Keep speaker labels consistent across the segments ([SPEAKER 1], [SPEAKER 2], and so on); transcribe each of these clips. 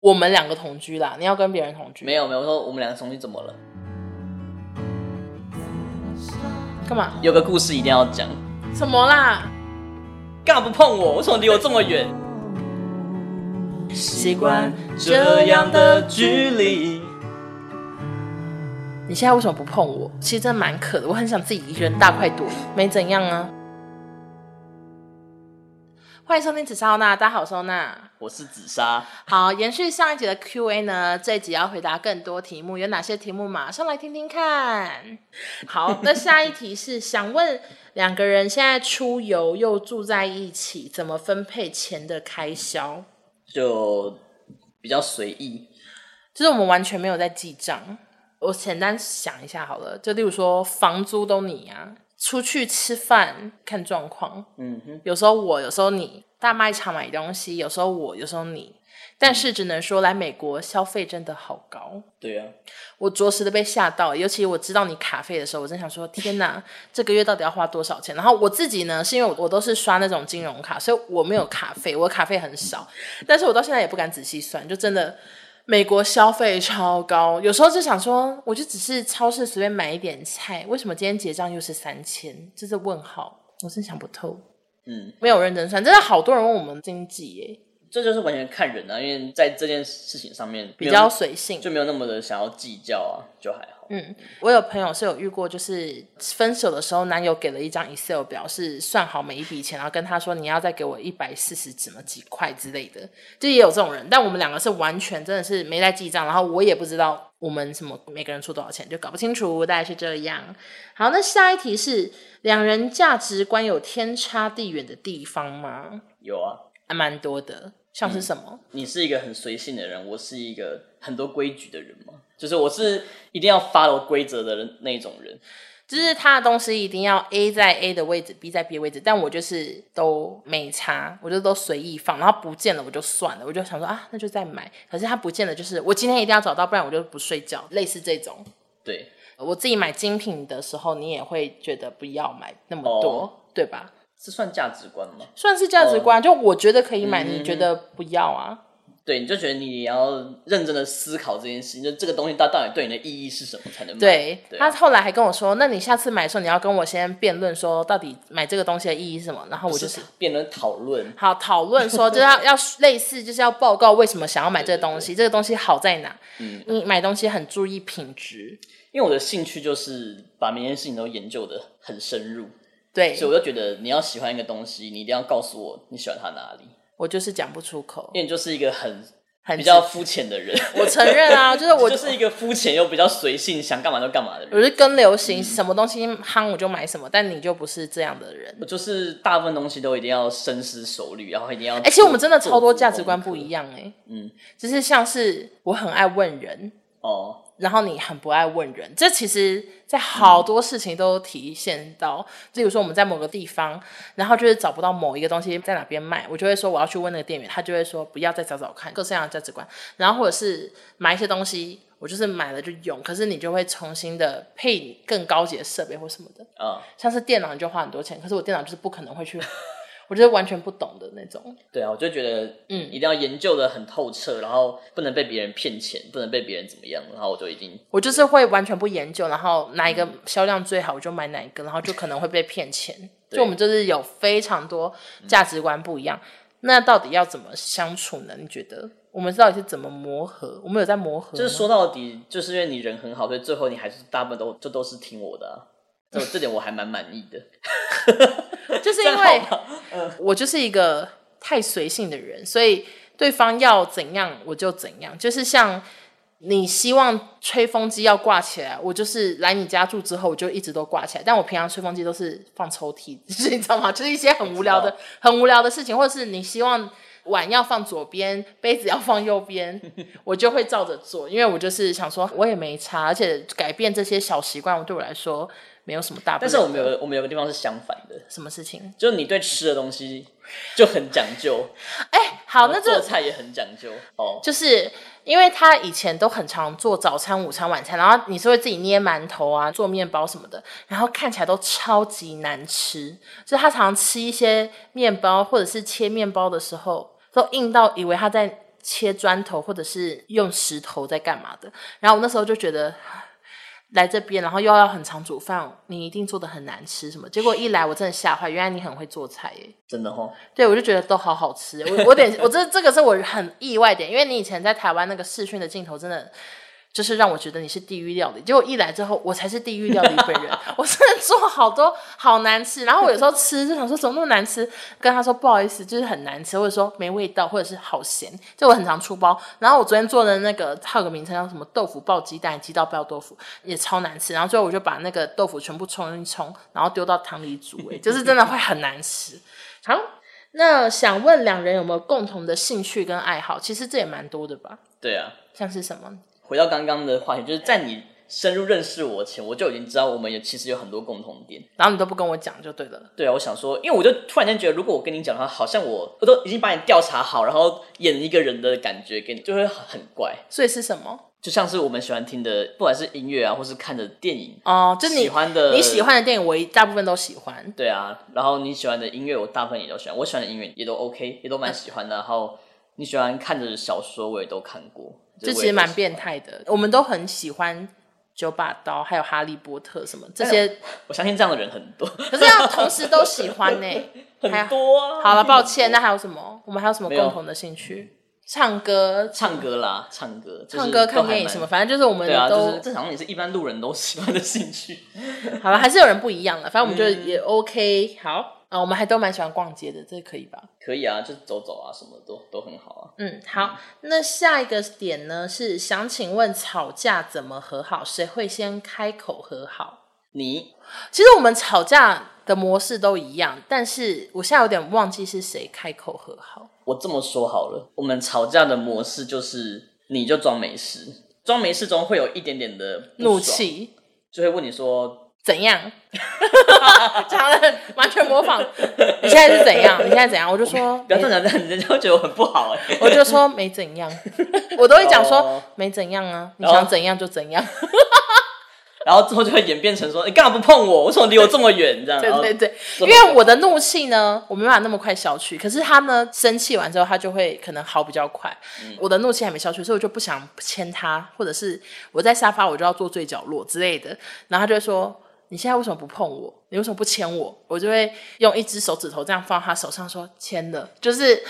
[SPEAKER 1] 我们两个同居啦，你要跟别人同居？
[SPEAKER 2] 没有没有，我说我们两个重新怎么了？
[SPEAKER 1] 干嘛？
[SPEAKER 2] 有个故事一定要讲，
[SPEAKER 1] 什么啦？
[SPEAKER 2] 干嘛不碰我？为什么离我这么远？
[SPEAKER 1] 习
[SPEAKER 2] 离。
[SPEAKER 1] 你现在为什么不碰我？其实真的蛮渴的，我很想自己一个人大快朵颐，没怎样啊。欢迎收听紫砂欧娜，大家好，我是欧娜。
[SPEAKER 2] 我是紫砂，
[SPEAKER 1] 好，延续上一集的 Q&A 呢，这一集要回答更多题目，有哪些题目？马上来听听看。好，那下一题是想问两个人现在出游又住在一起，怎么分配钱的开销？
[SPEAKER 2] 就比较随意。
[SPEAKER 1] 就是我们完全没有在记账。我简单想一下好了，就例如说房租都你啊，出去吃饭看状况，
[SPEAKER 2] 嗯哼，
[SPEAKER 1] 有时候我，有时候你，大卖场买东西，有时候我，有时候你。但是只能说来美国消费真的好高，
[SPEAKER 2] 对啊，
[SPEAKER 1] 我着实的被吓到。尤其我知道你卡费的时候，我真想说天哪，这个月到底要花多少钱？然后我自己呢，是因为我我都是刷那种金融卡，所以我没有卡费，我卡费很少。但是我到现在也不敢仔细算，就真的美国消费超高，有时候就想说，我就只是超市随便买一点菜，为什么今天结账又是三千？这是问号，我真想不透。
[SPEAKER 2] 嗯，
[SPEAKER 1] 没有认真算，真的好多人问我们经济耶，
[SPEAKER 2] 这就是完全看人啊，因为在这件事情上面
[SPEAKER 1] 比较
[SPEAKER 2] 没
[SPEAKER 1] 随性
[SPEAKER 2] 有。就没有那么的想要计较啊，就还好。
[SPEAKER 1] 嗯，我有朋友是有遇过，就是分手的时候，男友给了一张 Excel 表，是算好每一笔钱，然后跟他说你要再给我一百四十怎么几块之类的，就也有这种人。但我们两个是完全真的是没在记账，然后我也不知道我们什么每个人出多少钱，就搞不清楚，大概是这样。好，那下一题是两人价值观有天差地远的地方吗？
[SPEAKER 2] 有啊，
[SPEAKER 1] 还蛮多的，像是什么？
[SPEAKER 2] 你是一个很随性的人，我是一个很多规矩的人嘛，就是我是一定要 follow 规则的人那一种人。
[SPEAKER 1] 就是他的东西一定要 A 在 A 的位置，B 在 B 的位置，但我就是都没差，我就都随意放，然后不见了我就算了，我就想说啊，那就再买。可是他不见了，就是我今天一定要找到，不然我就不睡觉，类似这种。
[SPEAKER 2] 对，
[SPEAKER 1] 我自己买精品的时候，你也会觉得不要买那么多，
[SPEAKER 2] 哦
[SPEAKER 1] 对吧？
[SPEAKER 2] 这算价值观吗？
[SPEAKER 1] 算是价值观，就我觉得可以买，
[SPEAKER 2] 嗯
[SPEAKER 1] 你觉得不要啊？
[SPEAKER 2] 对，你就觉得你要认真的思考这件事情，就这个东西它到底对你的意义是什么才能买。
[SPEAKER 1] 对，
[SPEAKER 2] 嗯对
[SPEAKER 1] 他后来还跟我说，那你下次买的时候，你要跟我先辩论说，到底买这个东西的意义是什么？然后我
[SPEAKER 2] 不
[SPEAKER 1] 就是
[SPEAKER 2] 是变成讨论，
[SPEAKER 1] 好讨论说，就是 要要类似，就是要报告为什么想要买这个东西，这个东西好在哪？
[SPEAKER 2] 嗯
[SPEAKER 1] 你买东西很注意品质，
[SPEAKER 2] 因为我的兴趣就是把每件事情都研究的很深入，
[SPEAKER 1] 对
[SPEAKER 2] 所以我就觉得你要喜欢一个东西，你一定要告诉我你喜欢它哪里，
[SPEAKER 1] 我就是讲不出口，
[SPEAKER 2] 因为你就是一个很
[SPEAKER 1] 很
[SPEAKER 2] 比较
[SPEAKER 1] 直
[SPEAKER 2] 肤浅的人，
[SPEAKER 1] 我承认啊，就是我
[SPEAKER 2] 就是一个肤浅又比较随性，想干嘛就干嘛的
[SPEAKER 1] 我
[SPEAKER 2] 人。
[SPEAKER 1] 是跟流
[SPEAKER 2] 嗯
[SPEAKER 1] 行，什么东西夯我就买什么，但你就不是这样的人。
[SPEAKER 2] 我就是大部分东西都一定要深思熟虑，然后一定要做。
[SPEAKER 1] 哎、其实我们真的超多价值观不
[SPEAKER 2] 样
[SPEAKER 1] 一样哎、
[SPEAKER 2] 嗯，
[SPEAKER 1] 就是像是我很爱问人，
[SPEAKER 2] 哦，
[SPEAKER 1] 然后你很不爱问人，这其实，在好多事情都体现到，例如说我们在某个地方，然后就是找不到某一个东西在哪边卖，我就会说我要去问那个店员，他就会说不要再找找看，各式各样的价值观，然后或者是买一些东西，我就是买了就用，可是你就会重新的配更高级的设备或什么的，
[SPEAKER 2] 啊、
[SPEAKER 1] 像是电脑你就花很多钱，可是我电脑就是不可能会去，我就是完全不懂的那种。
[SPEAKER 2] 对啊，我就觉得，
[SPEAKER 1] 嗯
[SPEAKER 2] 嗯，一定要研究的很透彻，然后不能被别人骗钱，不能被别人怎么样，然后我就已经
[SPEAKER 1] 我就是会完全不研究，然后哪一
[SPEAKER 2] 嗯
[SPEAKER 1] 个销量最好我就买哪一个，然后就可能会被骗钱。
[SPEAKER 2] 对嗯
[SPEAKER 1] 就我们就是有非常多价值观不一样，那到底要怎么相处呢？你觉得我们到底是怎么磨合？我们有在磨合吗，
[SPEAKER 2] 就是说到底，就是因为你人很好，所以最后你还是大部分都就都是听我的、啊， 这这点我还蛮满意的。
[SPEAKER 1] 就是因为
[SPEAKER 2] 嗯
[SPEAKER 1] 我就是一个太随性的人，所以对方要怎样我就怎样。就是像你希望吹风机要挂起来，我就是来你家住之后我就一直都挂起来。但我平常吹风机都是放抽屉，就是你知道吗？就是一些很无聊的、 很无聊的事情，或者是你希望。碗要放左边， 杯子要放右边，我就会照着做，因为我就是想说，我也没差，而且改变这些小习惯对我来说没有什么大不了的。
[SPEAKER 2] 但是啊我们有个我们有个地方是相反的，
[SPEAKER 1] 什么事情？
[SPEAKER 2] 就是你对吃的东西就很讲究，
[SPEAKER 1] 哎、好，
[SPEAKER 2] 然
[SPEAKER 1] 那
[SPEAKER 2] 后
[SPEAKER 1] 这
[SPEAKER 2] 做菜也很讲究哦。
[SPEAKER 1] 就是因为他以前都很常做早餐、午餐、晚餐，然后你是会自己捏馒头啊、做面包什么的，然后看起来都超级难吃。所以他常常吃一些面包或者是切面包的时候，都硬到以为他在切砖头或者是用石头在干嘛的。然后我那时候就觉得。来这边，然后又要很常煮饭，你一定做的很难吃什么？结果一来，我真的吓坏，原来你很会做菜耶！
[SPEAKER 2] 真的哦，
[SPEAKER 1] 对，我就觉得都好好吃。我我有点，我这这个是我很意外点，因为你以前在台湾那个视讯的镜头，真的就是让我觉得你是地狱料理。结果一来之后，我才是地狱料理本人。我真的做好多好难吃，然后我有时候吃就想说怎么那么难吃，跟他说不好意思，就是很难吃，或者说没味道，或者是好咸。就我很常出包。然后我昨天做的那个，它有个名称叫什么豆腐爆鸡蛋、鸡蛋爆豆腐，也超难吃。然后最后我就把那个豆腐全部冲一冲，然后丢到汤里煮、欸，哎，就是真的会很难吃。好，那想问两人有没有共同的兴趣跟爱好？其实这也蛮多的吧，
[SPEAKER 2] 对啊。
[SPEAKER 1] 像是什么？
[SPEAKER 2] 回到刚刚的话题，就是在你深入认识我前，我就已经知道我们有其实有很多共同点。
[SPEAKER 1] 然后你都不跟我讲就对了。
[SPEAKER 2] 对啊，我想说，因为我就突然间觉得，如果我跟你讲的话，好像我我都已经把你调查好，然后演一个人的感觉给你，就会很怪。
[SPEAKER 1] 所以是什么？
[SPEAKER 2] 就像是我们喜欢听的，不管是音乐啊，或是看的电影，
[SPEAKER 1] 哦，就你
[SPEAKER 2] 喜欢的
[SPEAKER 1] 你喜欢的电影，我一大部分都喜欢。
[SPEAKER 2] 对啊，然后你喜欢的音乐，我大部分也都喜欢，我喜欢的音乐也都 OK，也都
[SPEAKER 1] 嗯
[SPEAKER 2] 蛮喜欢的。然后你喜欢看的小说，我也都看过，
[SPEAKER 1] 这
[SPEAKER 2] 就
[SPEAKER 1] 其
[SPEAKER 2] 我也
[SPEAKER 1] 实
[SPEAKER 2] 都
[SPEAKER 1] 蛮
[SPEAKER 2] 喜
[SPEAKER 1] 变态的，我们都很喜欢九把刀，还有哈利波特什么
[SPEAKER 2] 哎
[SPEAKER 1] 这些，
[SPEAKER 2] 我相信这样的人很多，
[SPEAKER 1] 可是要同时都喜欢呢、 还有
[SPEAKER 2] 很多啊。
[SPEAKER 1] 好了，抱歉，
[SPEAKER 2] 一定
[SPEAKER 1] 那还有什么？我们还有什么
[SPEAKER 2] 没有
[SPEAKER 1] 共同的兴趣？唱歌、
[SPEAKER 2] 很多唱歌啦，唱歌，就是
[SPEAKER 1] 唱歌、
[SPEAKER 2] 都
[SPEAKER 1] 看
[SPEAKER 2] 还
[SPEAKER 1] 电影
[SPEAKER 2] 蛮
[SPEAKER 1] 什么，反正就是我们
[SPEAKER 2] 对啊，
[SPEAKER 1] 都、
[SPEAKER 2] 就是这好像也是一般路人都喜欢的兴趣。
[SPEAKER 1] 好了，还是有人不一样了，反正我们就也 OK、好啊，我们还都蛮喜欢逛街的，这可以吧？
[SPEAKER 2] 可以啊，就是走走啊，什么都都很好啊。
[SPEAKER 1] 嗯，好。那下一个点呢是想请问吵架怎么和好？谁会先开口和好？
[SPEAKER 2] 你
[SPEAKER 1] 其实我们吵架的模式都一样，但是我现在有点忘记是谁开口和好。
[SPEAKER 2] 我这么说好了，我们吵架的模式就是你就装没事，装没事中会有一点点的不爽
[SPEAKER 1] 怒，气
[SPEAKER 2] 就会问你说
[SPEAKER 1] 怎 样？讲的完全模仿。你现在是怎样？你现在怎样？我就说
[SPEAKER 2] 不要这样讲，人家会觉得我很不好哎、
[SPEAKER 1] 我就说没怎样，我都会讲说
[SPEAKER 2] 哦
[SPEAKER 1] 没怎样啊，你
[SPEAKER 2] 哦
[SPEAKER 1] 想怎样就怎样。
[SPEAKER 2] 然后之后就会演变成说你干嘛不碰我？为什么离我这么远？这样，
[SPEAKER 1] 对
[SPEAKER 2] 然后
[SPEAKER 1] 对对，
[SPEAKER 2] 这
[SPEAKER 1] 因
[SPEAKER 2] 么
[SPEAKER 1] 为我的怒气呢，我没办法那么快消去。可是他呢，生气完之后，他就会可能好比较快。
[SPEAKER 2] 嗯
[SPEAKER 1] 我的怒气还没消去，所以我就不想牵他，或者是我在沙发我就要坐最角落之类的。然后他就会说：“你现在为什么不碰我？你为什么不牵我？”我就会用一只手指头这样放他手上说：“牵了。”就是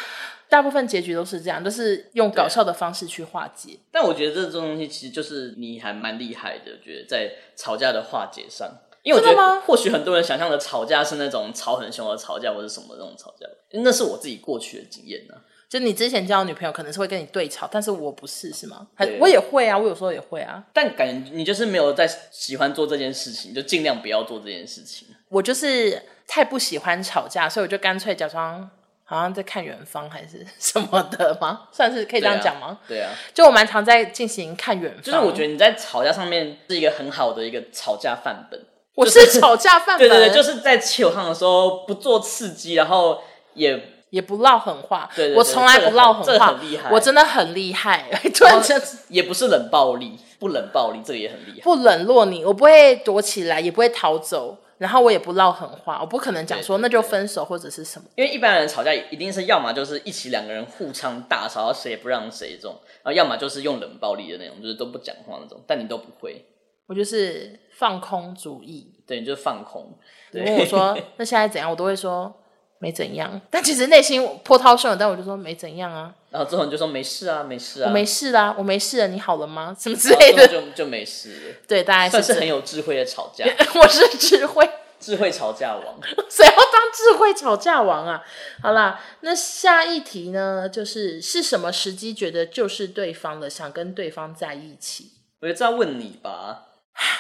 [SPEAKER 1] 大部分结局都是这样，就是用搞笑的方式去化解。
[SPEAKER 2] 但我觉得这种东西其实就是你还蛮厉害的，我觉得在吵架的化解上，因为我觉
[SPEAKER 1] 真的吗
[SPEAKER 2] 得或许很多人想象的吵架是那种吵很凶的吵架，或者什么那种吵架，那是我自己过去的经验啊呢、
[SPEAKER 1] 就你之前交的女朋友可能是会跟你对吵，但是我不是，是吗？还
[SPEAKER 2] 对
[SPEAKER 1] 我也会啊，我有时候也会啊。
[SPEAKER 2] 但感觉你就是没有在喜欢做这件事情，就尽量不要做这件事情。
[SPEAKER 1] 我就是太不喜欢吵架，所以我就干脆假装好像在看远方还是 什么的吗？算是可以这样讲吗？
[SPEAKER 2] 对啊，
[SPEAKER 1] 就我蛮常在进行看远方，
[SPEAKER 2] 就是我觉
[SPEAKER 1] 得
[SPEAKER 2] 得你在吵架上面是一个很好的一个吵架范本。
[SPEAKER 1] 我是吵架范
[SPEAKER 2] 对
[SPEAKER 1] 本，
[SPEAKER 2] 对对，就是在球场的时候不做刺激，然后也
[SPEAKER 1] 也不唠狠话，
[SPEAKER 2] 对对对
[SPEAKER 1] 我从来不唠狠
[SPEAKER 2] 这个
[SPEAKER 1] 话，
[SPEAKER 2] 很这个很厉害哦
[SPEAKER 1] 我真的很厉害， 突然间
[SPEAKER 2] 也不是冷暴力，不冷暴力，这个也很厉害。
[SPEAKER 1] 不冷落你，我不会躲起来，也不会逃走。然后我也不唠狠话，我不可能讲说
[SPEAKER 2] 对对
[SPEAKER 1] 那就分手或者是什么。
[SPEAKER 2] 因为一般人吵架一定是要么就是一起两个人互相大吵，然后谁也不让谁这种，然后要么就是用冷暴力的那种，就是都不讲话那种。但你都不会，
[SPEAKER 1] 我就是放空主义，
[SPEAKER 2] 对，你就放空。
[SPEAKER 1] 你
[SPEAKER 2] 对，
[SPEAKER 1] 问我说那现在怎样，我都会说没怎样，但其实内心波涛汹涌，但我就说没怎样啊，
[SPEAKER 2] 然后之后你就说没事啊，没事啊，
[SPEAKER 1] 我没事啦，我没事了，你好了吗？什么之
[SPEAKER 2] 然后
[SPEAKER 1] 类的，
[SPEAKER 2] 之后就就没事了，
[SPEAKER 1] 对，大概
[SPEAKER 2] 哦算
[SPEAKER 1] 是
[SPEAKER 2] 是
[SPEAKER 1] 这
[SPEAKER 2] 很
[SPEAKER 1] 样。
[SPEAKER 2] 有智慧的吵 架，
[SPEAKER 1] 我是智慧，
[SPEAKER 2] 智慧吵架王。
[SPEAKER 1] 谁要当智慧吵架王啊？好啦，那下一题呢，就是是什么时机觉得就是对方了，想跟对方在一起？
[SPEAKER 2] 我就知道问你吧，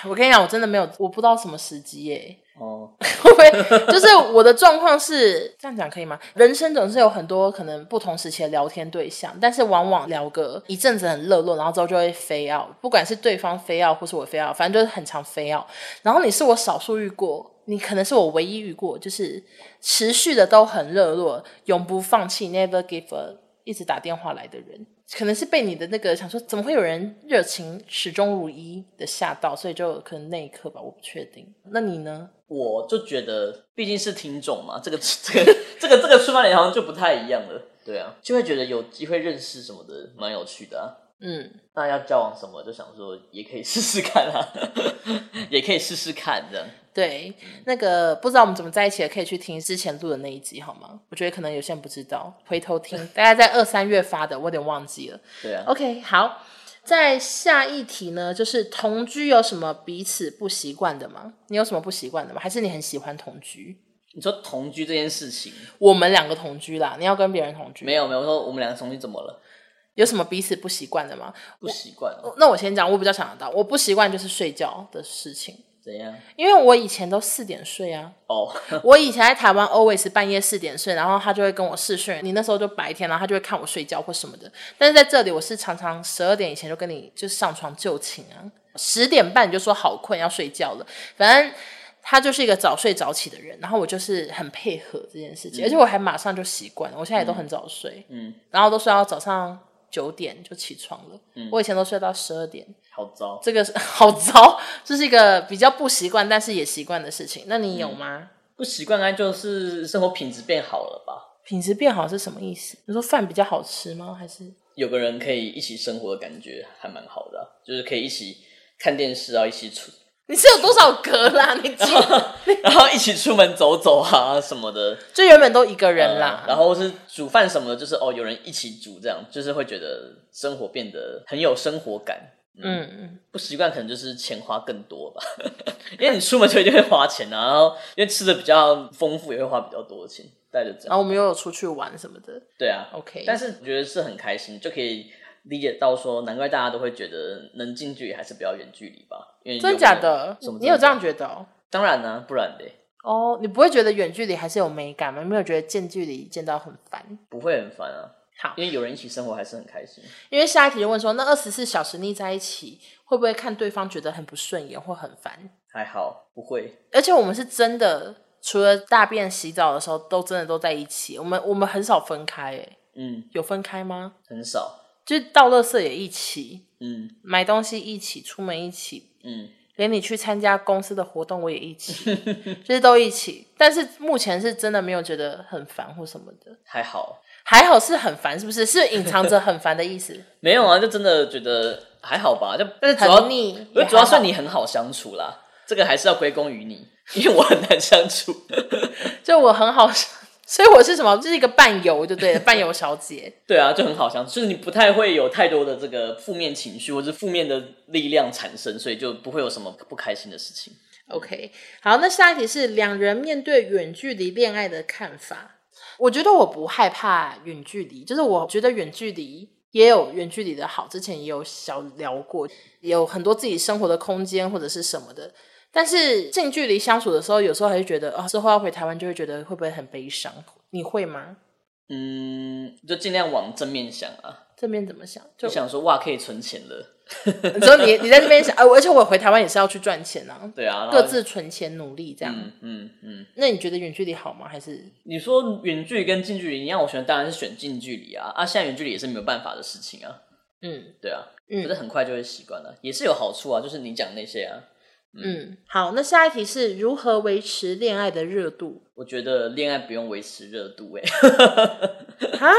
[SPEAKER 1] 我跟你讲，我真的没有，我不知道什么时机耶、
[SPEAKER 2] 哦，
[SPEAKER 1] 会不 会就是我的状况是这样讲可以吗？人生总是有很多可能不同时期的聊天对象，但是往往聊个一阵子很热络，然后之后就会飞 out，不管是对方飞 out 或是我飞 out，反正就是很常飞 out。然后你是我少数遇过，你可能是我唯一遇过，就是持续的都很热络，永不放弃，never give up。一直打电话来的人，可能是被你的那个想说怎么会有人热情始终如一的吓到，所以就可能那一刻吧，我不确定。那你呢？
[SPEAKER 2] 我就觉得，毕竟是听众嘛，这个这个这个这个出发点好像就不太一样了。对啊，就会觉得有机会认识什么的，蛮有趣的啊。
[SPEAKER 1] 嗯，
[SPEAKER 2] 那要交往什么，就想说也可以试试看啊， 也可以试试看这样。
[SPEAKER 1] 对，
[SPEAKER 2] 嗯
[SPEAKER 1] 那个不知道我们怎么在一起的，可以去听之前录的那一集好吗？我觉得可能有些人不知道，回头听，大概在二三月发的，我有点忘记了。
[SPEAKER 2] 对啊，
[SPEAKER 1] OK，好，在下一题呢，就是同居有什么彼此不习惯的吗？你有什么不习惯的吗？还是你很喜欢同居？
[SPEAKER 2] 你说同居这件事情，
[SPEAKER 1] 我们两个同居啦，你要跟别人同居，
[SPEAKER 2] 没有没有，我说我们两个同居怎么了？
[SPEAKER 1] 有什么彼此不习惯的吗？
[SPEAKER 2] 不习惯哦，
[SPEAKER 1] 那我先讲，我比较想得到，我不习惯就是睡觉的事情，
[SPEAKER 2] 怎样？
[SPEAKER 1] 因为我以前都四点睡啊，
[SPEAKER 2] 哦，
[SPEAKER 1] 我以前在台湾 always 半夜四点睡，然后他就会跟我视讯，你那时候就白天，然后他就会看我睡觉或什么的。但是在这里，我是常常十二点以前就跟你就上床就寝啊，十点半你就说好困要睡觉了，反正。他就是一个早睡早起的人，然后我就是很配合这件事情，而且我还马上就习惯了，我现在也都很早睡，
[SPEAKER 2] 嗯，
[SPEAKER 1] 然后都睡到早上九点就起床了，
[SPEAKER 2] 嗯
[SPEAKER 1] 我以前都睡到十二点，
[SPEAKER 2] 好糟。
[SPEAKER 1] 这个是 好糟，这是一个比较不习惯，但是也习惯的事情。那你
[SPEAKER 2] 嗯
[SPEAKER 1] 有吗？
[SPEAKER 2] 不习惯，该就是生活品质变好了吧？
[SPEAKER 1] 品质变好是什么意思？你说饭比较好吃吗？还是
[SPEAKER 2] 有个人可以一起生活的感觉还蛮好的啊、就是可以一起看电视啊，一起出，
[SPEAKER 1] 你是有多少格啦？ 你记
[SPEAKER 2] 然后一起出门走走啊什么的。
[SPEAKER 1] 就原本都一个 人
[SPEAKER 2] 呃
[SPEAKER 1] 啦，
[SPEAKER 2] 然后是煮饭什么的，就是哦，有人一起煮，这样就是会觉得生活变得很有生活感。
[SPEAKER 1] 嗯嗯，
[SPEAKER 2] 不习惯可能就是钱花更多吧， 因为你出门就一定会花钱啊，然后因为吃的比较丰富，也会花比较多的钱，大概就这
[SPEAKER 1] 然
[SPEAKER 2] 样。
[SPEAKER 1] 后我们又有出去玩什么的
[SPEAKER 2] 对啊
[SPEAKER 1] ，OK。
[SPEAKER 2] 但
[SPEAKER 1] 是
[SPEAKER 2] 是我觉得是很开心，就可以理解到说，难怪大家都会觉得能近距离还是不要远距离吧，因为
[SPEAKER 1] 真
[SPEAKER 2] 有
[SPEAKER 1] 假
[SPEAKER 2] 没有
[SPEAKER 1] 的
[SPEAKER 2] 什么，
[SPEAKER 1] 你有
[SPEAKER 2] 真
[SPEAKER 1] 这
[SPEAKER 2] 假
[SPEAKER 1] 样觉得哦？
[SPEAKER 2] 当然呢、不然的
[SPEAKER 1] 哦，你不会觉得远距离还是有美感吗？你没有觉得近距离见到很烦？
[SPEAKER 2] 不会很烦啊，
[SPEAKER 1] 好，
[SPEAKER 2] 因为有人一起生活还是很开心。
[SPEAKER 1] 因为下一题就问说，那二十四小时腻在一起，会不会看对方觉得很不顺眼或很烦？
[SPEAKER 2] 还好不会，
[SPEAKER 1] 而且我们是真的，除了大便、洗澡的时候，都真的都在一起。我们我们很少分开、欸，
[SPEAKER 2] 嗯，
[SPEAKER 1] 有分开吗？
[SPEAKER 2] 很少，
[SPEAKER 1] 就是倒垃圾也一起，
[SPEAKER 2] 嗯
[SPEAKER 1] 买东西一起，出门一起，
[SPEAKER 2] 嗯，
[SPEAKER 1] 连你去参加公司的活动我也一起，就是都一起。但是目前是真的没有觉得很烦或什么的，
[SPEAKER 2] 还好，
[SPEAKER 1] 还好是很烦，是不是？是隐藏着很烦的意思，
[SPEAKER 2] 没有啊，就真的觉得还好吧，就 但是主要
[SPEAKER 1] 很腻。
[SPEAKER 2] 我觉得主要
[SPEAKER 1] 是
[SPEAKER 2] 算你很好相处啦，这个还是要归功于你，因为我很难相处。
[SPEAKER 1] 就我很好，所以我是什么？就是一个伴游就对了，伴游小姐。
[SPEAKER 2] 对啊，就很好相处，就是你不太会有太多的这个负面情绪或者负面的力量产生，所以就不会有什么不开心的事情。
[SPEAKER 1] OK，好，那下一题是两人面对远距离恋爱的看法。我觉得我不害怕远距离，就是我觉得远距离也有远距离的好，之前也有小聊过，有很多自己生活的空间或者是什么的。但是近距离相处的时候，有时候还是觉得啊、之后要回台湾就会觉得会不会很悲伤？你会吗？
[SPEAKER 2] 嗯，就尽量往正面想啊，
[SPEAKER 1] 这边怎么想？就
[SPEAKER 2] 就想说哇，可以存钱了。
[SPEAKER 1] 你说你你在这边 想，啊，而且我回台湾也是要去赚钱啊，
[SPEAKER 2] 对啊，然后
[SPEAKER 1] 各自存钱努力这样。
[SPEAKER 2] 嗯嗯嗯。
[SPEAKER 1] 那你觉得远距离好吗？还是
[SPEAKER 2] 你说远距离跟近距离，你让我选，当然是选近距离啊。啊，现在远距离也是没有办法的事情啊。
[SPEAKER 1] 嗯
[SPEAKER 2] 对啊，
[SPEAKER 1] 嗯
[SPEAKER 2] 可是很快就会习惯了，也是有好处啊，就是你讲那些啊。
[SPEAKER 1] 嗯，好，那下一题是如何维持恋爱的热度
[SPEAKER 2] 我觉得恋爱不用维持热度、欸，
[SPEAKER 1] 啊？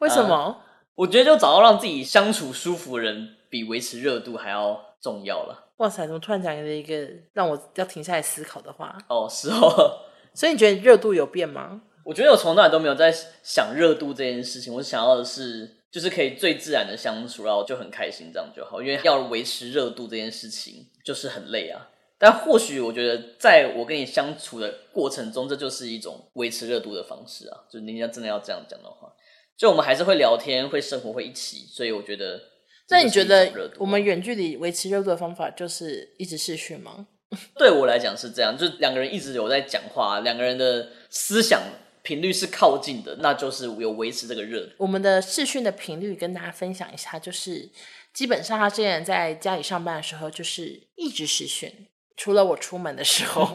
[SPEAKER 1] 为什么？
[SPEAKER 2] 我觉得就找到让自己相处舒服的人，比维持热度还要重要了。
[SPEAKER 1] 哇塞，怎么突然讲了一个让我要停下来思考的话？
[SPEAKER 2] 哦，是哦，
[SPEAKER 1] 所以你觉得热度有变吗？
[SPEAKER 2] 我觉得我从头到尾都没有在想热度这件事情，我想要的是就是可以最自然的相处，然后就很开心，这样就好。因为要维持热度这件事情就是很累啊。但或许我觉得，在我跟你相处的过程中，这就是一种维持热度的方式啊。就你要真的要这样讲的话，就我们还是会聊天，会生活，会一起，所以我觉得这
[SPEAKER 1] 那
[SPEAKER 2] 就是一种热度啊。
[SPEAKER 1] 你觉得我们远距离维持热度的方法就是一直视讯吗？
[SPEAKER 2] 对我来讲是这样，就是两个人一直有在讲话，两个人的思想频率是靠近的，那就是有维持这个热度。
[SPEAKER 1] 我们的视讯的频率跟大家分享一下，就是基本上他之前在家里上班的时候，就是一直视讯。除了我出门的时候，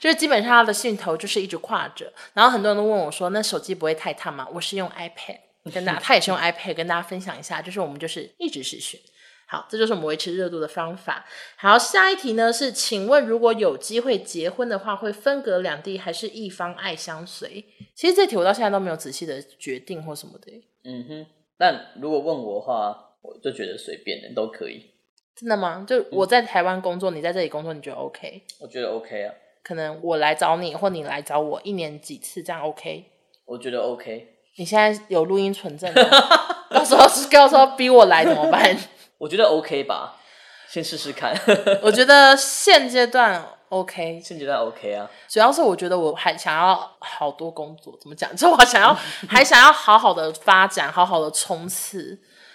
[SPEAKER 1] 就是基本上他的讯头就是一直跨着，然后很多人都问我说：“那手机不会太烫吗？”我是用 iPad，跟大家，他也是用 iPad 跟大家分享一下，就是我们就是一直试训。好，这就是我们维持热度的方法。好，下一题呢是，请问如果有机会结婚的话，会分隔两地还是一方爱相随？其实这题我到现在都没有仔细的决定或什么的耶，
[SPEAKER 2] 嗯哼，但如果问我的话，我就觉得随便的都可以，
[SPEAKER 1] 真的吗？就我在台湾工作，你在这里工作，你觉得 OK？
[SPEAKER 2] 我觉得 OK 啊，
[SPEAKER 1] 可能我来找你，或你来找我，一年几次这样 OK？
[SPEAKER 2] 我觉得 OK，
[SPEAKER 1] 你现在有录音存证吗？到时候到时候逼我来怎么办？
[SPEAKER 2] 我觉得 OK 吧，先试试看，
[SPEAKER 1] 我觉得现阶段 OK，
[SPEAKER 2] 现阶段 OK 啊，
[SPEAKER 1] 主要是我觉得我还想要好多工作，怎么讲？就我想要还想要好好的发展，好好的冲刺，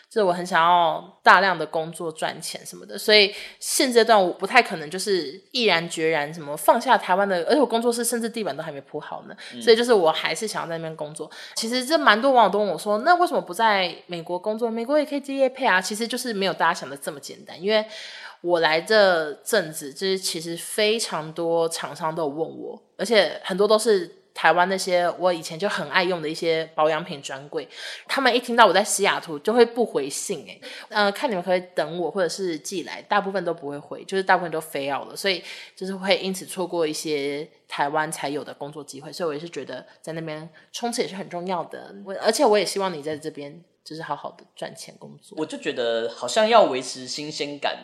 [SPEAKER 1] 就是我很想要大量的工作赚钱什么的。所以现阶段我不太可能就是毅然决然什么放下台湾的，而且我工作室甚至地板都还没铺好呢，所以就是我还是想要在那边工作。其实这蛮多网友都问我说，那为什么不在美国工作？美国也可以接业配啊。其实就是没有大家想的这么简单，因为。我来这阵子，就是其实非常多厂商都有问我，而且很多都是台湾那些我以前就很爱用的一些保养品专柜，他们一听到我在西雅图就会不回信、欸，呃，看你们可不可以等我，或者是寄来，大部分都不会回，就是大部分都飞奥了，所以就是会因此错过一些台湾才有的工作机会，所以我也是觉得在那边冲刺也是很重要的，我而且我也希望你在这边就是好好的赚钱工作。
[SPEAKER 2] 我就觉得好像要维持新鲜感。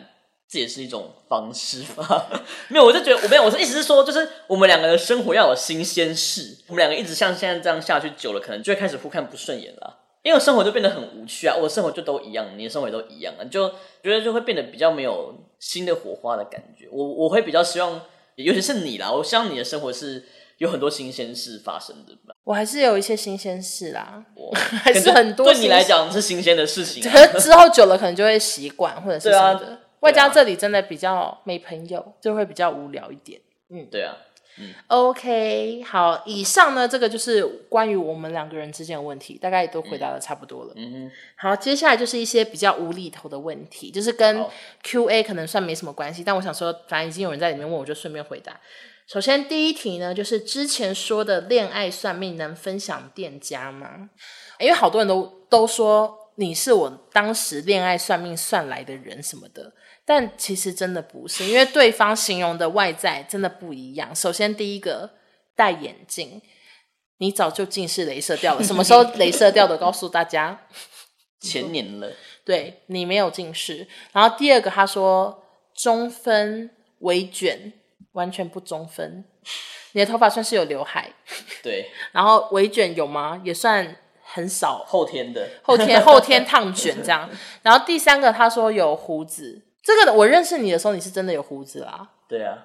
[SPEAKER 2] 这也是一种方式吧， 没有，我就觉得我没有，我是意思是说，就是我们两个的生活要有新鲜事。我们两个一直像现在这样下去久了，可能就会开始互看不顺眼了，因为生活就变得很无趣啊。我的生活就都一样，你的生活也都一样啊，就觉得就会变得比较没有新的火花的感觉。我我会比较希望，尤其是你啦，我希望你的生活是有很多新鲜事发生的吧。
[SPEAKER 1] 我还是有一些新鲜事啦，
[SPEAKER 2] 我
[SPEAKER 1] 还是很多
[SPEAKER 2] 对你
[SPEAKER 1] 新
[SPEAKER 2] 来
[SPEAKER 1] 鲜
[SPEAKER 2] 讲是新鲜的事情、啊
[SPEAKER 1] 可，是之后久了可能就会习惯或者是
[SPEAKER 2] 对
[SPEAKER 1] 什
[SPEAKER 2] 啊
[SPEAKER 1] 么的。外加这里真的比较没朋友，就会比较无聊一点。
[SPEAKER 2] 对啊，
[SPEAKER 1] OK，好，以上呢，这个就是关于我们两个人之间的问题，大概也都回答的差不多了。
[SPEAKER 2] 嗯哼，
[SPEAKER 1] 好，接下来就是一些比较无厘头的问题，就是跟
[SPEAKER 2] 好
[SPEAKER 1] Q&A 可能算没什么关系，但我想说，反正已经有人在里面问，我就顺便回答。首先第一题呢，就是之前说的恋爱算命能分享店家吗？因为好多人都都说你是我当时恋爱算命算来的人什么的，但其实真的不是，因为对方形容的外在真的不一样。首先第一个戴眼镜，你早就近视雷射掉了，什么时候雷射掉的？告诉大家。
[SPEAKER 2] 前年了，
[SPEAKER 1] 对你没有近视。然后第二个，他说中分微卷，完全不中分。你的头发算是有刘海，
[SPEAKER 2] 对，
[SPEAKER 1] 然后微卷有吗？也算很少，
[SPEAKER 2] 后天的，
[SPEAKER 1] 后天后天烫卷这样。然后第三个，他说有胡子。这个我认识你的时候，你是真的有胡子啦。
[SPEAKER 2] 对啊，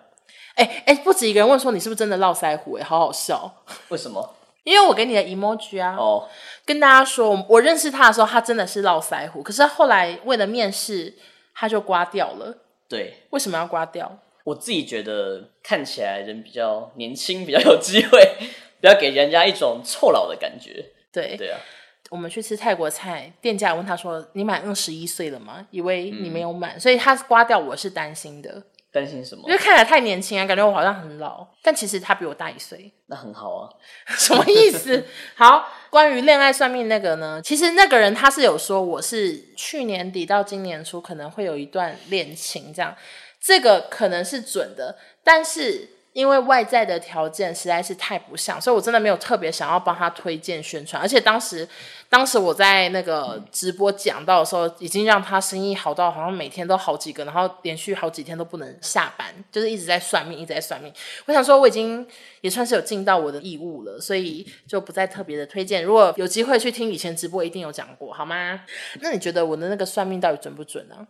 [SPEAKER 1] 哎哎，不止一个人问说你是不是真的络腮胡、哎，好好笑。
[SPEAKER 2] 为什么？
[SPEAKER 1] 因为我给你的 emoji 啊，
[SPEAKER 2] 哦，
[SPEAKER 1] 跟大家说，我我认识他的时候，他真的是络腮胡，可是后来为了面试，他就刮掉了。
[SPEAKER 2] 对，
[SPEAKER 1] 为什么要刮掉？
[SPEAKER 2] 我自己觉得看起来人比较年轻，比较有机会， 不要给人家一种臭老的感觉。
[SPEAKER 1] 对，
[SPEAKER 2] 对啊，
[SPEAKER 1] 我们去吃泰国菜，店家问他说：“你满二十一岁了吗？”以为你没有满，所以他刮掉我是担心的，
[SPEAKER 2] 担心什么
[SPEAKER 1] 因？为看起来太年轻啊，感觉我好像很老，但其实他比我大一岁，
[SPEAKER 2] 那很好啊。
[SPEAKER 1] 什么意思？好，关于恋爱算命那个呢，其实那个人他是有说我是去年底到今年初可能会有一段恋情这样，这个可能是准的，但是因为外在的条件实在是太不像，所以我真的没有特别想要帮他推荐宣传。而且当时，当时我在那个直播讲到的时候，已经让他生意好到好像每天都好几个，然后连续好几天都不能下班，就是一直在算命，一直在算命。我想说，我已经也算是有尽到我的义务了，所以就不再特别的推荐。如果有机会去听以前直播，一定有讲过，好吗？那你觉得我的那个算命到底准不准呢、啊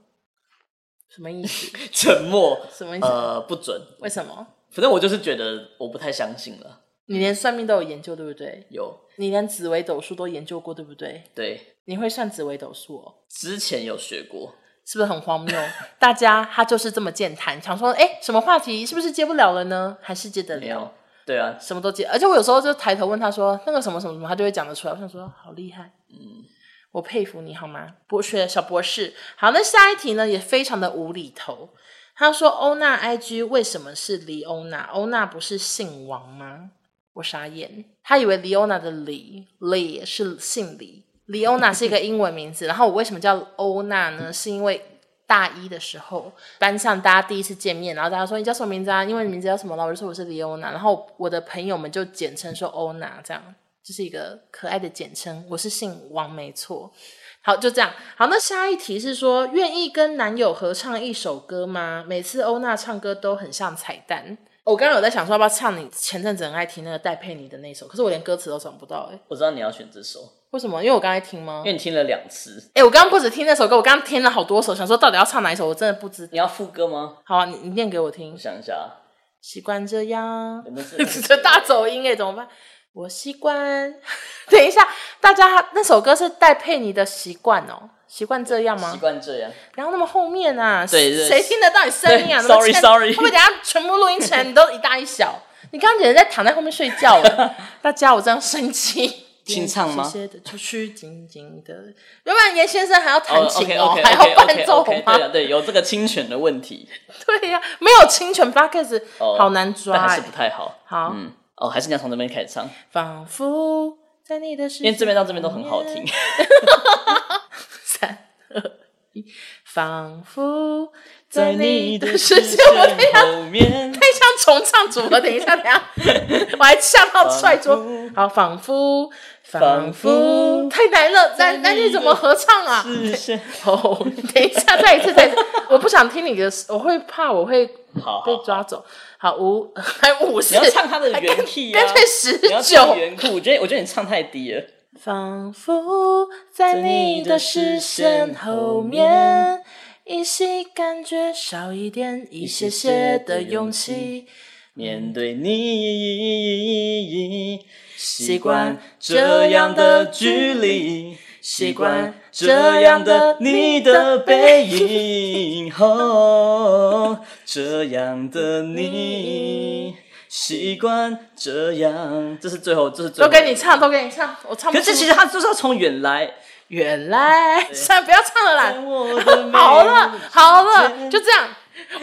[SPEAKER 1] 什么意思？
[SPEAKER 2] 沉默，
[SPEAKER 1] 什么意思？
[SPEAKER 2] 呃，不准。
[SPEAKER 1] 为什么？
[SPEAKER 2] 反正我就是觉得我不太相信了。
[SPEAKER 1] 你连算命都有研究，对不对？
[SPEAKER 2] 有
[SPEAKER 1] 你连紫微斗数都研究过，对不对？
[SPEAKER 2] 对，
[SPEAKER 1] 你会算紫微斗数哦，
[SPEAKER 2] 之前有学过，
[SPEAKER 1] 是不是很荒谬？大家他就是这么健谈，想说，哎，什么话题是不是接不了了呢？还是接得
[SPEAKER 2] 没
[SPEAKER 1] 了
[SPEAKER 2] 有？。对啊，
[SPEAKER 1] 什么都接，而且我有时候就抬头问他说那个什么什么什么，他就会讲得出来。我想说，好厉害，嗯，我佩服你好吗，博学小博士。好，那下一题呢也非常的无厘头。他说欧娜 IG 为什么是李欧娜？欧娜不是姓王吗？我傻眼，他以为李欧娜的李李是姓李，李欧娜是一个英文名字，然后我为什么叫欧娜呢？是因为大一的时候，班上大家第一次见面，然后大家说你叫什么名字啊？英文名字叫什么？然后我就说我是李欧娜，然后我的朋友们就简称说欧娜，这样就是一个可爱的简称。我是姓王，没错。好，就这样。好，那下一题是说，愿意跟男友合唱一首歌吗？每次欧娜唱歌都很像彩蛋。我刚刚有在想说要不要唱你前阵子很爱听那个戴佩妮的那首，可是我连歌词都找不到哎、
[SPEAKER 2] 我知道你要选这首，
[SPEAKER 1] 为什么？因为我刚才听吗
[SPEAKER 2] 因？为你听了两次。
[SPEAKER 1] 哎、我刚刚不止听那首歌，我刚刚听了好多首，想说到底要唱哪一首，我真的不知道。
[SPEAKER 2] 你要副歌吗？
[SPEAKER 1] 好啊，你你念给我听
[SPEAKER 2] 我。想一下啊，
[SPEAKER 1] 习惯这样
[SPEAKER 2] 有，没有是
[SPEAKER 1] 这大走音哎，怎么办？我习惯。 等一下，大家那首歌是戴佩妮的《习惯》哦，习惯这样吗
[SPEAKER 2] 习？惯这样，
[SPEAKER 1] 然后那么后面啊，
[SPEAKER 2] 对对
[SPEAKER 1] 谁听得到你声音啊
[SPEAKER 2] 对
[SPEAKER 1] 那么欠
[SPEAKER 2] sorry，sorry
[SPEAKER 1] 会不会等一下全部录音成你都一大一小？你刚刚简直在躺在后面睡觉了，大家我这样生气。
[SPEAKER 2] 清唱吗
[SPEAKER 1] 斜斜的出去，紧紧的。原本严先生还要弹琴
[SPEAKER 2] o
[SPEAKER 1] 哦
[SPEAKER 2] k o k o k
[SPEAKER 1] 还要伴奏吗？
[SPEAKER 2] 对啊，对，有这个侵权的问题，
[SPEAKER 1] 对呀、没有侵权 p o d c a s
[SPEAKER 2] 哦
[SPEAKER 1] 好难抓、
[SPEAKER 2] 但还
[SPEAKER 1] 欸
[SPEAKER 2] 是不。太好。
[SPEAKER 1] 好，
[SPEAKER 2] 嗯，哦，还是你要从这边开始唱，
[SPEAKER 1] 仿佛在你的世界，
[SPEAKER 2] 因为这边到这边都很好听。。
[SPEAKER 1] 三二一，仿佛在
[SPEAKER 2] 在
[SPEAKER 1] 你
[SPEAKER 2] 你
[SPEAKER 1] 的
[SPEAKER 2] 的
[SPEAKER 1] 世
[SPEAKER 2] 视
[SPEAKER 1] 界，我等一
[SPEAKER 2] 线
[SPEAKER 1] 下
[SPEAKER 2] 后面，
[SPEAKER 1] 太像 重唱组合，等一下，等一下，我还吓到踹桌
[SPEAKER 2] 仿佛。
[SPEAKER 1] 好，仿佛，仿
[SPEAKER 2] 仿
[SPEAKER 1] 佛，
[SPEAKER 2] 佛
[SPEAKER 1] 太难了，男
[SPEAKER 2] 在
[SPEAKER 1] 男女
[SPEAKER 2] 你
[SPEAKER 1] 怎
[SPEAKER 2] 的
[SPEAKER 1] 么合唱啊？
[SPEAKER 2] 视线
[SPEAKER 1] 哦，等一下，再一次，再一次，我不想听你的，我会怕，我会
[SPEAKER 2] 好
[SPEAKER 1] 被
[SPEAKER 2] 好，
[SPEAKER 1] 抓走。好，五 还五
[SPEAKER 2] 你
[SPEAKER 1] 十，
[SPEAKER 2] 要唱它的原 key 啊
[SPEAKER 1] 干，脆
[SPEAKER 2] 你要
[SPEAKER 1] 十
[SPEAKER 2] 唱啊
[SPEAKER 1] 九。
[SPEAKER 2] 原 key，我觉得我觉得你唱太低了。
[SPEAKER 1] 仿佛在你的视线后面，依稀感觉少一点一些些的勇气。
[SPEAKER 2] 面对你，习
[SPEAKER 1] 惯
[SPEAKER 2] 惯这样的距离，习惯这样的你的背影，哦，这样的你，习惯这样。这是最后，这是最
[SPEAKER 1] 都
[SPEAKER 2] 后。
[SPEAKER 1] 给你唱，都给你唱，我唱不
[SPEAKER 2] 可是
[SPEAKER 1] 出
[SPEAKER 2] 其。实他就是要从远来。
[SPEAKER 1] 原来， 算了，不要唱了啦。
[SPEAKER 2] 我的 美
[SPEAKER 1] 好了，好了，就这样。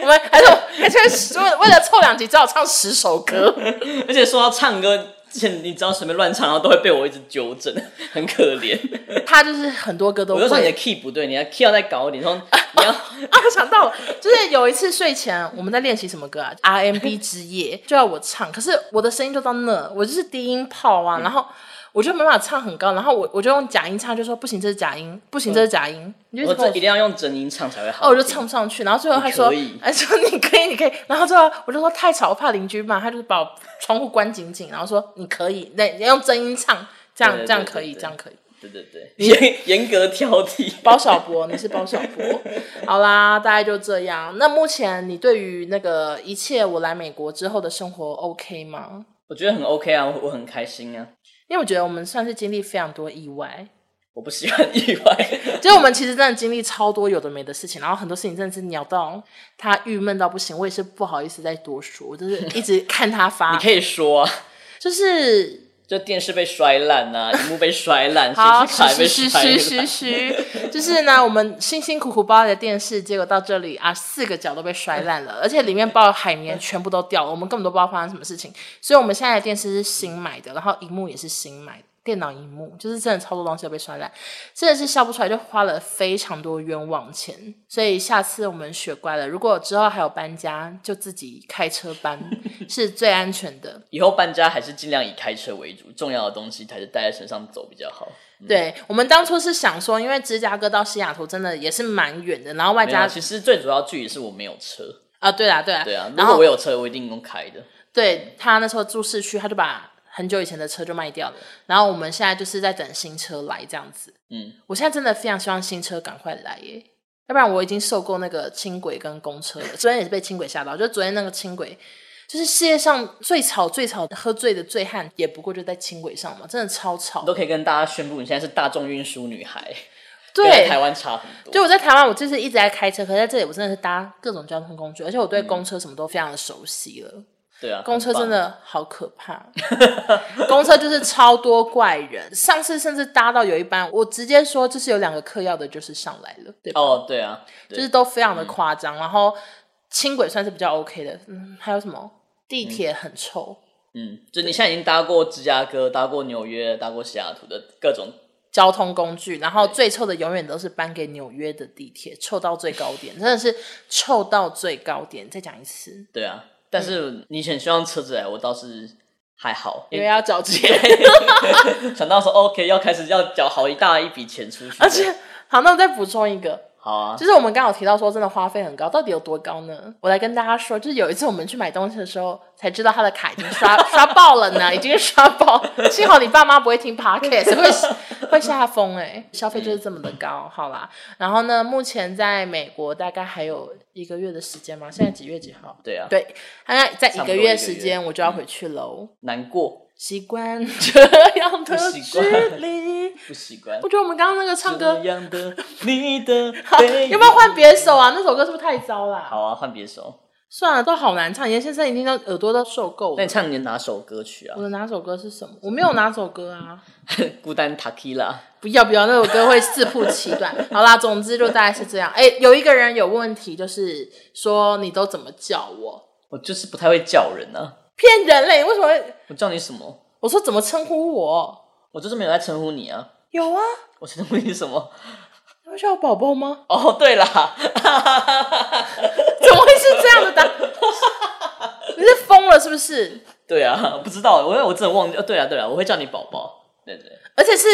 [SPEAKER 1] 我们还是我还是为为了凑两集，只好唱十首歌。
[SPEAKER 2] 而且说到唱歌之前，你只要随便乱唱，然后都会被我一直纠正，很可怜。
[SPEAKER 1] 他就是很多歌都
[SPEAKER 2] 我就说你的
[SPEAKER 1] 会。
[SPEAKER 2] key 不对，你要 key 要再高一点，说你要
[SPEAKER 1] 啊， 我想到了，就是有一次睡前我们在练习什么歌啊，RMB 之夜就要我唱，可是我的声音就到那，我就是低音炮啊，然后我就没办法唱很高，然后我我就用假音唱，就说不行，这是假音，不行，这是假音，你就
[SPEAKER 2] 我
[SPEAKER 1] 一直跟
[SPEAKER 2] 这
[SPEAKER 1] 我
[SPEAKER 2] 一定要用真音唱才会好。
[SPEAKER 1] 哦，我就唱不。上去，然后最后他说
[SPEAKER 2] 你可以，
[SPEAKER 1] 哎，说你可以，你可以，然后最后我就说太吵，我怕邻居骂，他就是把我窗户关紧紧，然后说你可以，那你要用真音唱，这样
[SPEAKER 2] 对对
[SPEAKER 1] 这样
[SPEAKER 2] 对
[SPEAKER 1] 可以，
[SPEAKER 2] 对
[SPEAKER 1] 这样可以。
[SPEAKER 2] 对对对，严严格挑剔。
[SPEAKER 1] 包小博，你是包小博。好啦，大概就这样。那目前你对于那个一切我来美国之后的生活 OK 吗？
[SPEAKER 2] 我觉得很 OK 啊，我我很开心啊，
[SPEAKER 1] 因为我觉得我们算是经历非常多意外，
[SPEAKER 2] 我不喜欢意 外。
[SPEAKER 1] 就是我们其实真的经历超多有的没的事情，然后很多事情真的是鸟到他郁闷到不行，我也是不好意思再多说，我就是一直看他
[SPEAKER 2] 你
[SPEAKER 1] 发，
[SPEAKER 2] 可以说啊，
[SPEAKER 1] 就是
[SPEAKER 2] 就电视被摔烂 啊，荧幕被摔烂，
[SPEAKER 1] 好，
[SPEAKER 2] 显示卡也被
[SPEAKER 1] 嘘嘘
[SPEAKER 2] 摔
[SPEAKER 1] 嘘嘘
[SPEAKER 2] 烂
[SPEAKER 1] 嘘。嘘，就是 呢，我们辛辛苦苦包来的电视，结果到这里啊，四个角都被摔烂了，而且里面包的海绵全部都掉了，我们根本都不知道发生什么事情。所以我们现在的电视是新买的，然后荧幕也是新买的。电脑荧幕就是真的超多东西都被摔烂，真的是笑不出来，就花了非常多冤枉钱。所以下次我们学乖了，如果之后还有搬家，就自己开车搬是最安全的。
[SPEAKER 2] 以后搬家还是尽量以开车为主，重要的东西还是带在身上走比较好。
[SPEAKER 1] 对我们当初是想说，因为芝加哥到西雅图真的也是蛮远的，然后外
[SPEAKER 2] 没有啊，
[SPEAKER 1] 加
[SPEAKER 2] 其实最主要距离是我没有车。
[SPEAKER 1] 啊，对啦对啦，
[SPEAKER 2] 对啊，如
[SPEAKER 1] 然
[SPEAKER 2] 果
[SPEAKER 1] 后
[SPEAKER 2] 我有车，我一定用开的。
[SPEAKER 1] 对他那时候住市区，他就把很久以前的车就卖掉了，然后我们现在就是在等新车来这样子。
[SPEAKER 2] 嗯，
[SPEAKER 1] 我现在真的非常希望新车赶快来耶，要不然我已经受够那个轻轨跟公车了。昨天也是被轻轨吓到，就昨天那个轻轨。就是世界上最吵、最吵、喝醉的醉汉，也不过就在轻轨上嘛，真的超吵
[SPEAKER 2] 我。都可以跟大家宣布，你现在是大众运输女孩，
[SPEAKER 1] 对
[SPEAKER 2] 跟，台湾差很多。
[SPEAKER 1] 就我在台湾，我就是一直在开车，可是在这里我真的是搭各种交通工具，而且我对公车什么都非常的熟悉了。
[SPEAKER 2] 对啊，
[SPEAKER 1] 公车
[SPEAKER 2] 嗯很棒
[SPEAKER 1] 真的好可怕，公车就是超多怪人。上次甚至搭到有一班，我直接说就是有两个嗑药的，就是上来了，对吧？
[SPEAKER 2] 哦，对啊，对
[SPEAKER 1] 就是都非常的
[SPEAKER 2] 嗯
[SPEAKER 1] 夸张。然后轻轨算是比较 OK 的，嗯，还有什么地铁很臭。
[SPEAKER 2] 嗯嗯，就你现在已经搭过芝加哥、搭过纽约、搭过西雅图的各种
[SPEAKER 1] 交通工具，然后最臭的永远都是颁给纽约的地铁，臭到最高点，真的是臭到最高点。再讲一次，
[SPEAKER 2] 对啊，但是
[SPEAKER 1] 嗯
[SPEAKER 2] 你很希望车子来，我倒是还好，
[SPEAKER 1] 因为要找钱，
[SPEAKER 2] 想到说 OK 要开始要缴好一大一笔钱出去，
[SPEAKER 1] 而且好，那我再补充一个，
[SPEAKER 2] 好啊，
[SPEAKER 1] 就是我们刚好提到说，真的花费很高，到底有多高呢？我来跟大家说，就是有一次我们去买东西的时候，才知道他的卡已经刷 刷爆了呢，已经刷爆。幸好你爸妈不会听 podcast，会会吓疯哎。消费就是这么的高，好啦。然后呢，目前在美国大概还有一个月的时间嘛，现在几月几号？
[SPEAKER 2] 对啊，
[SPEAKER 1] 对，大概在
[SPEAKER 2] 差
[SPEAKER 1] 一
[SPEAKER 2] 不多
[SPEAKER 1] 个
[SPEAKER 2] 一个
[SPEAKER 1] 月
[SPEAKER 2] 月
[SPEAKER 1] 时间，我就要回去喽。
[SPEAKER 2] 难过
[SPEAKER 1] 习惯这样的
[SPEAKER 2] 习
[SPEAKER 1] 距
[SPEAKER 2] 惯
[SPEAKER 1] 离，
[SPEAKER 2] 不习惯。
[SPEAKER 1] 我觉得我们刚刚那个唱歌
[SPEAKER 2] 这样的你 的
[SPEAKER 1] 好，
[SPEAKER 2] 背影
[SPEAKER 1] 要不要换别首啊？那首歌是不是太糟啦？
[SPEAKER 2] 好啊，换别首。
[SPEAKER 1] 算了，都好难唱。严先生已经都耳朵都受够
[SPEAKER 2] 那
[SPEAKER 1] 了
[SPEAKER 2] 你。唱你的哪首歌曲啊
[SPEAKER 1] 我？的哪首歌是什么？我没有哪首歌啊！
[SPEAKER 2] 孤单塔 q 拉，
[SPEAKER 1] 不要不要，那首歌会四曝其短。 好啦，总之就大概是这样。哎、有一个人有问题，就是说你都怎么叫我？
[SPEAKER 2] 我就是不太会叫人啊。
[SPEAKER 1] 骗人嘞！为什么会？
[SPEAKER 2] 我叫你什么？
[SPEAKER 1] 我说怎么称呼我？
[SPEAKER 2] 我就是没有在称呼你啊。
[SPEAKER 1] 有啊，
[SPEAKER 2] 我称呼你什么？
[SPEAKER 1] 你会叫我宝宝吗？
[SPEAKER 2] 哦，对啦，
[SPEAKER 1] 怎么会是这样的答？ 你是疯了是不是？
[SPEAKER 2] 对啊，不知道，我我真的忘记。哦，对啊，对啊，我会叫你宝宝。对对，
[SPEAKER 1] 而且是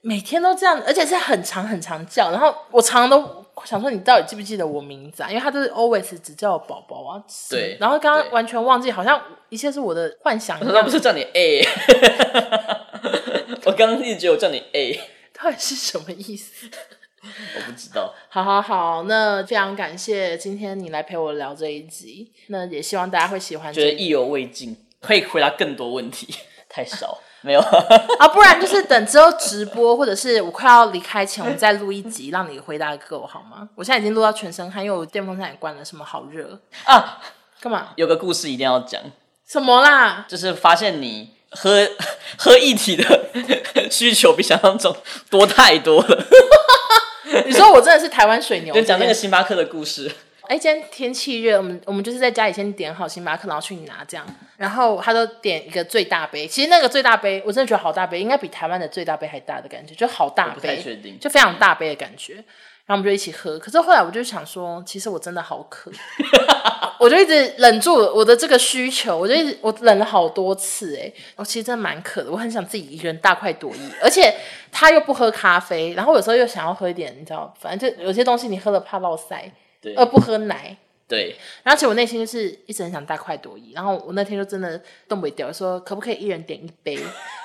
[SPEAKER 1] 每天都这样，而且是很长很长叫，然后我常常都想说你到底记不记得我名字啊？因为他就是 always 只叫我宝宝啊，
[SPEAKER 2] 对
[SPEAKER 1] 然后刚刚
[SPEAKER 2] 对
[SPEAKER 1] 完全忘记，好像一切是我的幻想一
[SPEAKER 2] 那
[SPEAKER 1] 样
[SPEAKER 2] 不，是叫你 A，我刚刚一直觉得我叫你 A，
[SPEAKER 1] 到底是什么意思？
[SPEAKER 2] 我不知道。
[SPEAKER 1] 好好好，那非常感谢今天你来陪我聊这一集，那也希望大家会喜欢
[SPEAKER 2] 觉得
[SPEAKER 1] 这一集
[SPEAKER 2] 意犹未尽，可以回答更多问题， 太少没有。
[SPEAKER 1] 啊，不然就是等之后直播，或者是我快要离开前，我们再录一集，让你回答给我好吗？我现在已经录到全身汗，因为我电风扇也关了，什么好热
[SPEAKER 2] 啊？
[SPEAKER 1] 干嘛？
[SPEAKER 2] 有个故事一定要讲，
[SPEAKER 1] 什么啦？
[SPEAKER 2] 就是发现你喝喝液体的 需求比想象中多太多了。
[SPEAKER 1] 你说我真的是台湾水牛？
[SPEAKER 2] 就讲那个星巴克的故事，
[SPEAKER 1] 哎，今天天气热，我们我们就是在家里先点好星巴克，然后去拿这样。然后他都点一个最大杯，其实那个最大杯我真的觉得好大杯，应该比台湾的最大杯还大的感觉，就好大
[SPEAKER 2] 我不太确
[SPEAKER 1] 杯
[SPEAKER 2] 定，
[SPEAKER 1] 就非常大杯的感觉。然后我们就一起喝，可是后来我就想说，其实我真的好 渴，我就一直忍住我的这个需求，我就一直我忍了好多次、哎，我其实真的蛮渴的，我很想自己一个人大快朵颐，而且他又不喝咖啡，然后有时候又想要喝一点，你知道，反正就有些东西你喝了怕落腮，
[SPEAKER 2] 对
[SPEAKER 1] 呃，不喝奶，
[SPEAKER 2] 对，
[SPEAKER 1] 然后其实我内心就是一直很想大快朵颐，然后我那天就真的动不掉，说可不可以一人点一杯？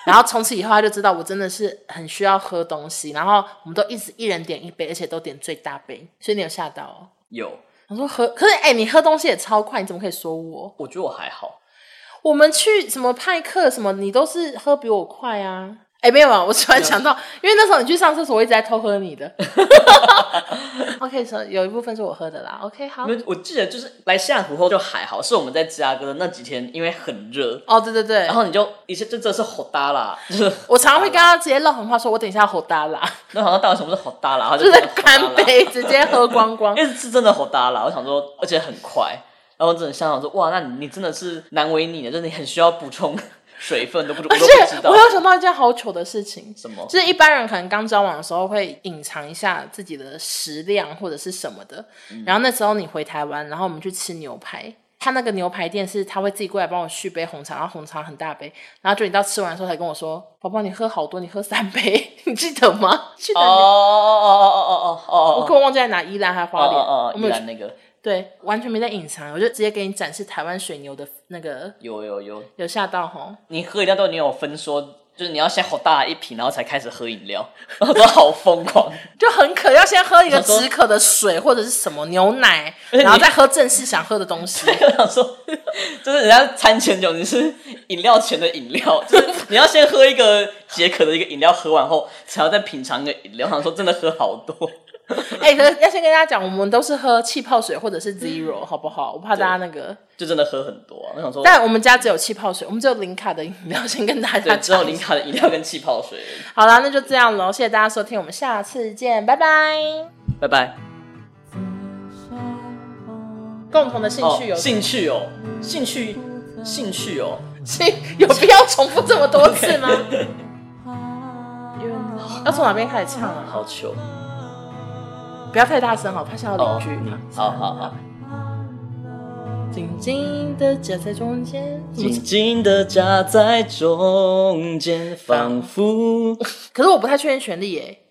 [SPEAKER 1] 然后从此以后他就知道我真的是很需要喝东西，然后我们都一直一人点一杯，而且都点最大杯，所以你有吓到哦。
[SPEAKER 2] 有。
[SPEAKER 1] 我说喝，可是哎、你喝东西也超快，你怎么可以说我？
[SPEAKER 2] 我觉得我还好，
[SPEAKER 1] 我们去什么派克什么，你都是喝比我快啊。哎、没有啊，我突然想到，因为那时候你去上厕所，我一直在偷喝你的。OK，所以有一部分是我喝的啦。OK，好
[SPEAKER 2] 因。为我记得就是来西雅图后就还好，是我们在芝加哥的那几天，因为很热，
[SPEAKER 1] 哦，对对对，
[SPEAKER 2] 然后你就一下就真的是吼哒啦，就是
[SPEAKER 1] 我常常会跟他直接唠狠话，说我等一下要吼大 啦，
[SPEAKER 2] 那好像到底什么是吼哒啦，然后
[SPEAKER 1] 就是
[SPEAKER 2] 真的吼哒啦
[SPEAKER 1] 干杯，直接喝光光。
[SPEAKER 2] 因为是真的好搭啦，我想说，而且很快，然后真的想想说，哇，那你你真的是难为你了，就是你很需要补充水分，都不我
[SPEAKER 1] 而
[SPEAKER 2] 都不知
[SPEAKER 1] 且
[SPEAKER 2] 道
[SPEAKER 1] 我又想到一件好糗的事情，
[SPEAKER 2] 什么。
[SPEAKER 1] 就是一般人可能刚交往的时候会隐藏一下自己的食量或者是什么的。嗯然后那时候你回台湾，然后我们去吃牛排，他那个牛排店是他会自己过来帮我续杯红茶，然后红茶很大杯，然后就你到吃完的时候才跟我说：“宝宝，你喝好多，你喝三杯， 你记得吗？”记得
[SPEAKER 2] 哦
[SPEAKER 1] 你。
[SPEAKER 2] 哦哦哦哦哦
[SPEAKER 1] 我
[SPEAKER 2] 哦
[SPEAKER 1] 根本忘记在哪，宜兰还是
[SPEAKER 2] 哦
[SPEAKER 1] 花莲，
[SPEAKER 2] 哦哦，
[SPEAKER 1] 我
[SPEAKER 2] 依
[SPEAKER 1] 们有去
[SPEAKER 2] 然那个
[SPEAKER 1] 对，完全没在隐藏，我就直接给你展示台湾水牛的那个，
[SPEAKER 2] 有有有，
[SPEAKER 1] 有吓到吼。
[SPEAKER 2] 你喝饮料都你有分说，就是你要先好大一瓶，然后才开始喝饮料，然后都好疯狂，
[SPEAKER 1] 就很渴，要先喝一个
[SPEAKER 2] 想说哎
[SPEAKER 1] 止渴的水或者是什么牛 奶，
[SPEAKER 2] 且你
[SPEAKER 1] 然后再喝正式想喝的东西。
[SPEAKER 2] 我想说， 就是人家餐前酒，你是饮料前的饮料， 就是你要先喝一个解渴的一个饮料，喝完后才要再品尝一个饮料。我想说真的喝好多，
[SPEAKER 1] 哎、可是要先跟大家讲，我们都是喝气泡水或者是 zero，好不好？我怕大家那个，
[SPEAKER 2] 就真的喝很多、啊。我想说，
[SPEAKER 1] 但我们家只有气泡水，我们只有零卡的饮料，先跟大家
[SPEAKER 2] 对，只有
[SPEAKER 1] 讲。
[SPEAKER 2] 零卡的饮料跟气泡水而已。
[SPEAKER 1] 好啦，那就这样喽，谢谢大家收听，我们下次见，拜拜。
[SPEAKER 2] 拜拜。
[SPEAKER 1] 共同的兴
[SPEAKER 2] 哦
[SPEAKER 1] 趣，有、
[SPEAKER 2] 兴趣哦，兴趣，兴趣哦。
[SPEAKER 1] 兴有必要重复这么多次吗？因为要从哪边开始唱啊？
[SPEAKER 2] 好糗
[SPEAKER 1] 不要太大声哦，怕吓到
[SPEAKER 2] 哦
[SPEAKER 1] 邻居。，
[SPEAKER 2] 好好好，
[SPEAKER 1] 紧紧的夹在中间。
[SPEAKER 2] 紧紧的夹在中间，仿佛
[SPEAKER 1] 可是我不太确定权力耶，